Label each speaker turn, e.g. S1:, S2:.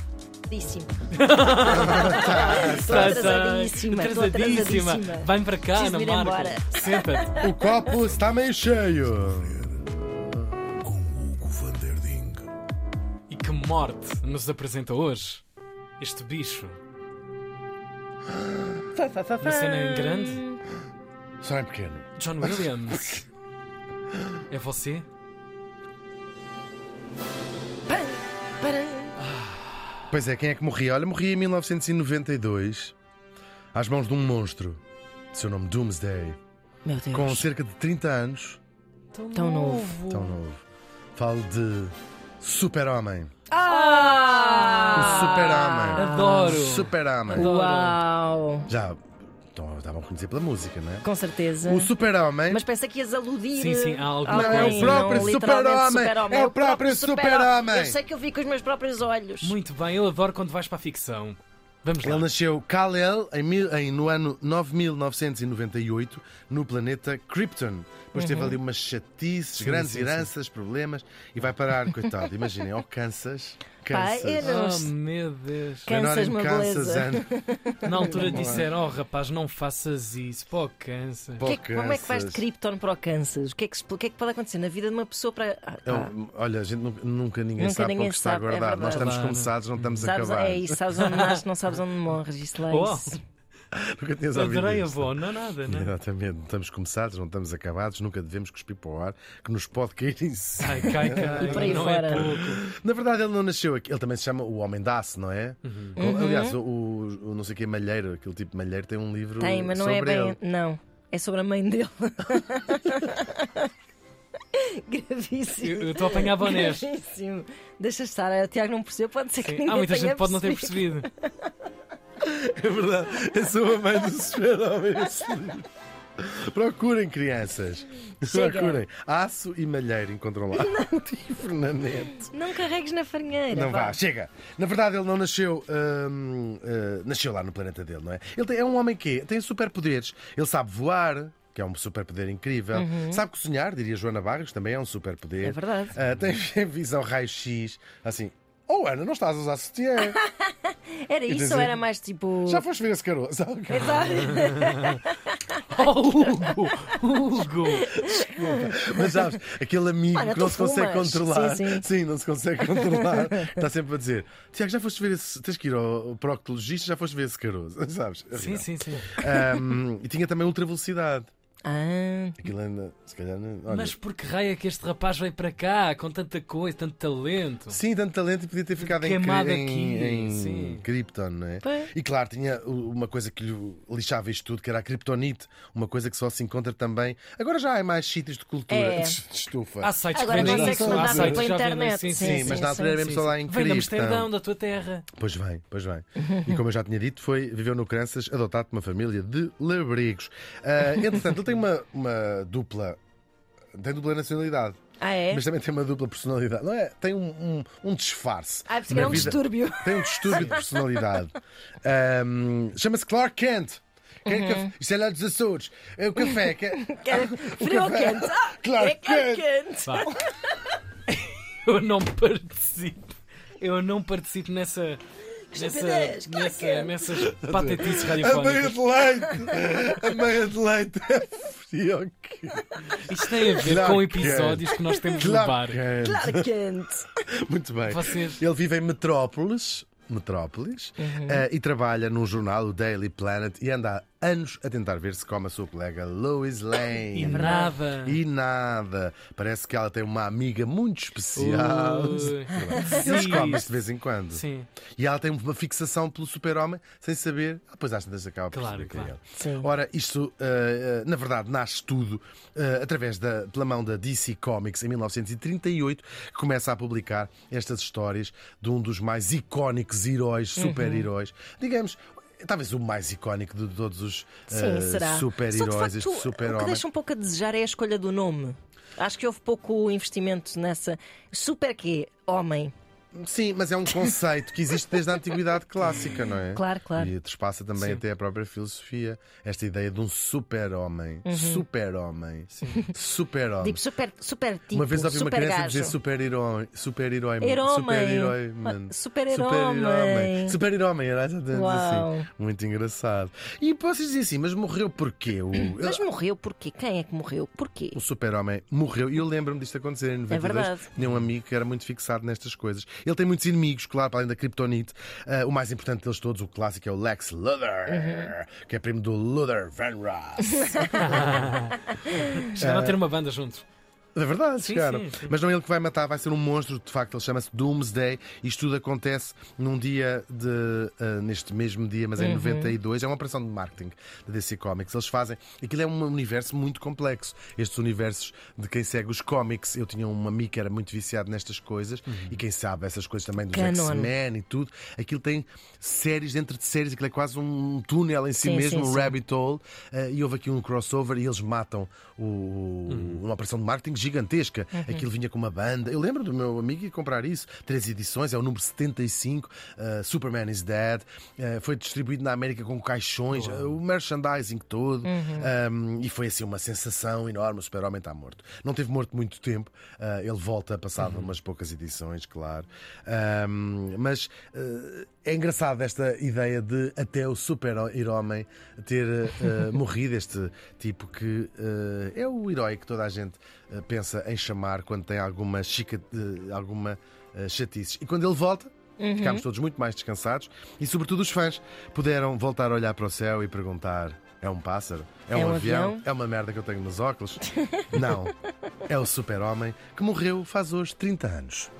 S1: atrasadíssima. Estou atrasadíssima. Estou
S2: Atrasadíssima.
S1: atrasadíssima.
S2: Vem para cá,
S1: Preciso
S2: Ana
S1: ir
S2: Marca.
S1: embora.
S2: Senta-te.
S3: O copo está meio cheio.
S4: Com Hugo van der Ding.
S2: E que morte nos apresenta hoje este bicho. Uma cena em grande.
S3: Só em pequeno.
S2: John Williams. É você?
S3: Pois é, quem é que morria? Olha, morria em 1992 às mãos de um monstro. de Seu nome Doomsday.
S1: Meu Deus.
S3: Com cerca de 30 anos.
S1: Tão novo.
S3: Tão novo. Falo de Super-Homem.
S1: Ah!
S3: O Super-Homem.
S2: Adoro.
S3: Super-Homem.
S2: Adoro.
S1: Uau!
S3: Já então, estavam a conhecer pela música, não é?
S1: Com certeza.
S3: O Super-Homem.
S1: Mas pensa que ias aludir.
S2: Sim, sim, há alguma
S1: a
S3: Não, é o
S1: alguém,
S3: próprio
S1: não literalmente
S3: super-homem.
S1: super-homem,
S3: É o próprio super-homem.
S1: Eu sei que eu vi com os meus próprios olhos.
S2: Muito bem, eu adoro quando vais para a ficção. Vamos
S3: Ele
S2: lá.
S3: nasceu Kal-El em, mil- em- no ano 9998 no planeta Krypton. Depois
S1: Uhum.
S3: teve ali umas chatices, grandes
S2: sim, sim.
S3: heranças, problemas e vai parar, coitado. Imaginem, oh, ao Kansas.
S1: Pai,
S3: Kansas.
S1: eu não-
S2: Oh, meu Deus.
S1: Kansas,
S3: Enorme
S1: é uma
S3: Kansas,
S1: beleza.
S3: ano.
S1: tá
S2: Na altura disseram, oh rapaz, não faças isso. Pô, cansa.
S1: Que é que- como é que vais de
S3: Kansas.
S1: Krypton para o Kansas? O que, é que, se- o que é que pode acontecer na vida de uma pessoa para. Ah,
S3: É
S1: pá,
S3: um- olha, a gente nu- nunca ninguém
S1: Nunca
S3: sabe o que
S1: ninguém
S3: está
S1: sabe, é
S3: guardado. Nós
S1: verdade.
S3: estamos
S2: Claro.
S3: começados, não estamos
S1: sabes,
S3: acabados.
S1: é isso, sabes onde nasces, não sabes onde morres. Isso lá é
S2: Oh.
S1: isso.
S3: Nunca tinhas ouvido
S2: Adorei a
S3: isto.
S2: avó, não é nada, né?
S3: Exatamente, não estamos começados, não estamos acabados, nunca devemos cuspir para o ar, que nos pode cair em cima.
S2: Ai, cai, cai.
S1: E por aí
S2: não é
S1: fora.
S2: pouco.
S3: Na verdade, ele não nasceu aqui. Ele também se chama o Homem da Aço, não é? Aliás, o, o- o não sei que Malheiro, aquele tipo de Malheiro, tem um livro
S1: Uhum. Tem, mas não
S3: sobre
S1: é bem.
S3: ele.
S1: Não. É sobre a mãe dele.
S2: Eu
S1: Gravíssimo.
S2: eu estou a apanhar bonés.
S1: Gravíssimo. Deixa estar, o Tiago não percebeu, pode ser que
S2: Sim.
S1: ninguém
S2: Há muita
S1: tenha
S2: gente que pode não ter
S1: percebido.
S2: percebido.
S3: É verdade, eu sou a mãe do super-homem. esse livro. assim. Procurem, crianças.
S1: Chega. tipo,
S3: Procurem. Aço e Malheiro, encontram lá. o livro na net.
S1: Não carregues na farinheira.
S3: Não
S1: vá.
S3: vá, chega. Na verdade, ele não nasceu. hum, eh, nasceu lá no planeta dele, não é? Ele tem- é um homem que tem superpoderes. Ele sabe voar. Que é um superpoder incrível. Sabe cozinhar, diria Joana Barros, também é um superpoder.
S1: Uhum. É verdade.
S3: Ah, tem visão raio-x, assim. Oh, Ana, não estás a usar sutiã.
S1: Era isso
S3: dizer-
S1: ou era mais tipo.
S3: Já foste ver esse caroço?
S1: Exato.
S2: Oh, Hugo! Hugo!
S3: Mas sabes, aquele amigo
S1: Olha,
S3: que
S1: tu
S3: não se consegue
S1: fumas.
S3: controlar.
S1: Sim, sim.
S3: não se consegue controlar. Está sempre a dizer: Tiago, já foste ver esse. Tens que ir ao proctologista, já foste ver esse caroço. Sabes? É
S2: Sim, sim, sim.
S3: Ahm, e tinha também ultra velocidade.
S1: Ah,
S3: Aquilo anda, se calhar. não- Olha,
S2: Mas por que raio é que este rapaz veio para cá com tanta coisa, tanto talento?
S3: Sim, tanto talento e podia ter ficado em,
S2: Queimado
S3: em,
S2: aqui,
S3: em
S2: sim.
S3: Krypton, não é?
S1: Pois.
S3: E claro, tinha u- uma coisa que lhe lixava isto tudo, que era a Kryptonite, uma coisa que só se encontra também. Agora já há mais sítios de cultura,
S1: É.
S3: de estufa.
S2: Há sites
S1: Agora
S2: que vendem
S3: consegue
S2: isso,
S3: mandar
S2: há
S3: pela
S2: sites que já
S1: internet,
S2: vendem sim,
S1: sim,
S3: Sim, mas na altura era mesmo só lá em
S2: Vem de
S3: Krypton.
S2: Amsterdão, da tua terra.
S3: Pois vem, pois vem. E como eu já tinha dito, foi viveu no Kansas, adotado por uma família de labrigos. Ah, entretanto, ele tem uma, uma dupla. Tem dupla nacionalidade,
S1: ah é?
S3: mas também tem uma dupla personalidade. Não é? Tem um, um, um disfarce.
S1: Ah, porque
S3: na
S1: era um
S3: vida-
S1: distúrbio.
S3: Tem um distúrbio de personalidade. Ahm, Chama-se Clark Kent. Quer
S1: Uhum.
S3: café? Isto é lá dos Açores. É o café. Que...
S1: Quer- Frio ou quente? Ah,
S3: Clark
S1: é que é
S3: Kent.
S1: quente.
S2: Vá. Eu não participo. Eu não participo nessa. Nessa,
S1: estupidez, claro que
S2: nessa,
S1: é.
S2: nessas patetices
S3: A meia
S2: radiofónicas.
S3: de leite. A meia de leite. É frio.
S2: Isto tem a ver
S3: Claro
S2: com
S3: que é.
S2: episódios que nós temos no bar.
S3: Clark Kent.
S1: Clark é quente.
S3: Muito bem.
S2: Vocês-
S3: Ele vive em Metrópolis. Metrópolis eh, e trabalha num jornal, o Daily Planet, e anda há anos a tentar ver se come a sua colega Lois Lane.
S1: É
S2: E nada.
S3: é. E nada. Parece que ela tem uma amiga muito especial.
S2: Ui.
S3: Eles
S2: Sim.
S3: comem-se de vez em quando.
S2: Sim.
S3: E ela tem uma fixação pelo super-homem sem saber. Ah, pois às tantas acaba por
S2: Claro,
S3: saber quem é
S2: claro.
S3: ele. Ora, isto, eh, eh, na verdade, nasce tudo eh, através da, pela mão da DC Comics em 1938, que começa a publicar estas histórias de um dos mais icónicos heróis,
S1: Uhum.
S3: super-heróis. Digamos. Talvez o mais icónico de todos os
S1: Sim,
S3: eh,
S1: será. Só
S3: super-heróis,
S1: de
S3: este
S1: facto, O que
S3: super-homem.
S1: deixa um pouco a desejar é a escolha do nome. Acho que houve pouco investimento nessa. Super quê? Homem.
S3: Sim, mas é um conceito que existe desde a antiguidade clássica, não é?
S1: Claro, claro.
S3: E trespassa também
S2: Sim.
S3: até a própria filosofia. Esta ideia de um super-homem. Super-homem. Super-homem.
S1: Uhum. Tipo, super, super tipo,
S3: Uma vez ouvi uma
S1: super
S3: criança
S1: gajo.
S3: dizer super-herói. Super-herói. man.
S1: Herói.
S3: Super-herói.
S1: Uma-
S3: man.
S1: super-herói.
S3: Super-herói. Super-herói. Era exatamente
S1: Uau.
S3: assim. Muito engraçado. E vocês dizem assim, mas morreu porquê? O,
S1: Mas morreu porquê? Quem é que morreu? Porquê?
S3: o super-homem morreu. E eu lembro-me disto acontecer em 92.
S1: verdade.
S3: tinha um amigo que era muito fixado nestas coisas. Ele tem muitos inimigos, claro, para além da Kryptonite. Ah, o mais importante deles todos, o clássico, é o Lex Luthor, que é primo do Luthor Van Ross.
S2: Chegaram a ter uma banda juntos.
S3: É verdade,
S2: Sim,
S3: chegaram.
S2: sim, sim.
S3: Mas não é ele que vai matar, vai ser um monstro, de facto. Ele chama-se Doomsday. Isto tudo acontece num dia de. ah, neste mesmo dia, mas em
S2: Uhum.
S3: 92. É uma operação de marketing da DC Comics. Eles fazem. Aquilo é um universo muito complexo. Estes universos de quem segue os cómics. Eu tinha um amigo que era muito viciado nestas coisas.
S2: Uhum.
S3: E quem sabe essas coisas também dos
S1: Canon.
S3: X-Men e tudo. Aquilo tem séries dentro de séries. Aquilo é quase um túnel em si
S1: Sim,
S3: mesmo,
S1: sim,
S3: um
S1: sim.
S3: Rabbit Hole eh, e houve aqui um crossover e eles matam o,
S1: Uhum.
S3: uma operação de marketing gigantesca. Aquilo vinha com uma banda. Eu lembro do meu amigo ir comprar isso. Três edições, é o número 75. eh, Superman is Dead. eh, foi distribuído na América com caixões, eh, o merchandising todo.
S1: Uhum.
S3: ehm, e foi assim uma sensação enorme. O Super-Homem está morto. Não teve morto muito tempo. eh, ele volta, passado
S1: Uhum.
S3: umas poucas edições, claro. Ehm, mas eh, é engraçado esta ideia de até o super-herói ter eh, morrido, este tipo que eh, é o herói que toda a gente eh, pensa em chamar quando tem alguma, chica, eh, alguma eh, chatice. E quando ele volta, ficámos todos muito mais descansados e, sobretudo, os fãs puderam voltar a olhar para o céu e perguntar: é um pássaro? É, um, avião? É uma merda que eu tenho nos óculos? Não, é o super-homem que morreu faz hoje 30 anos.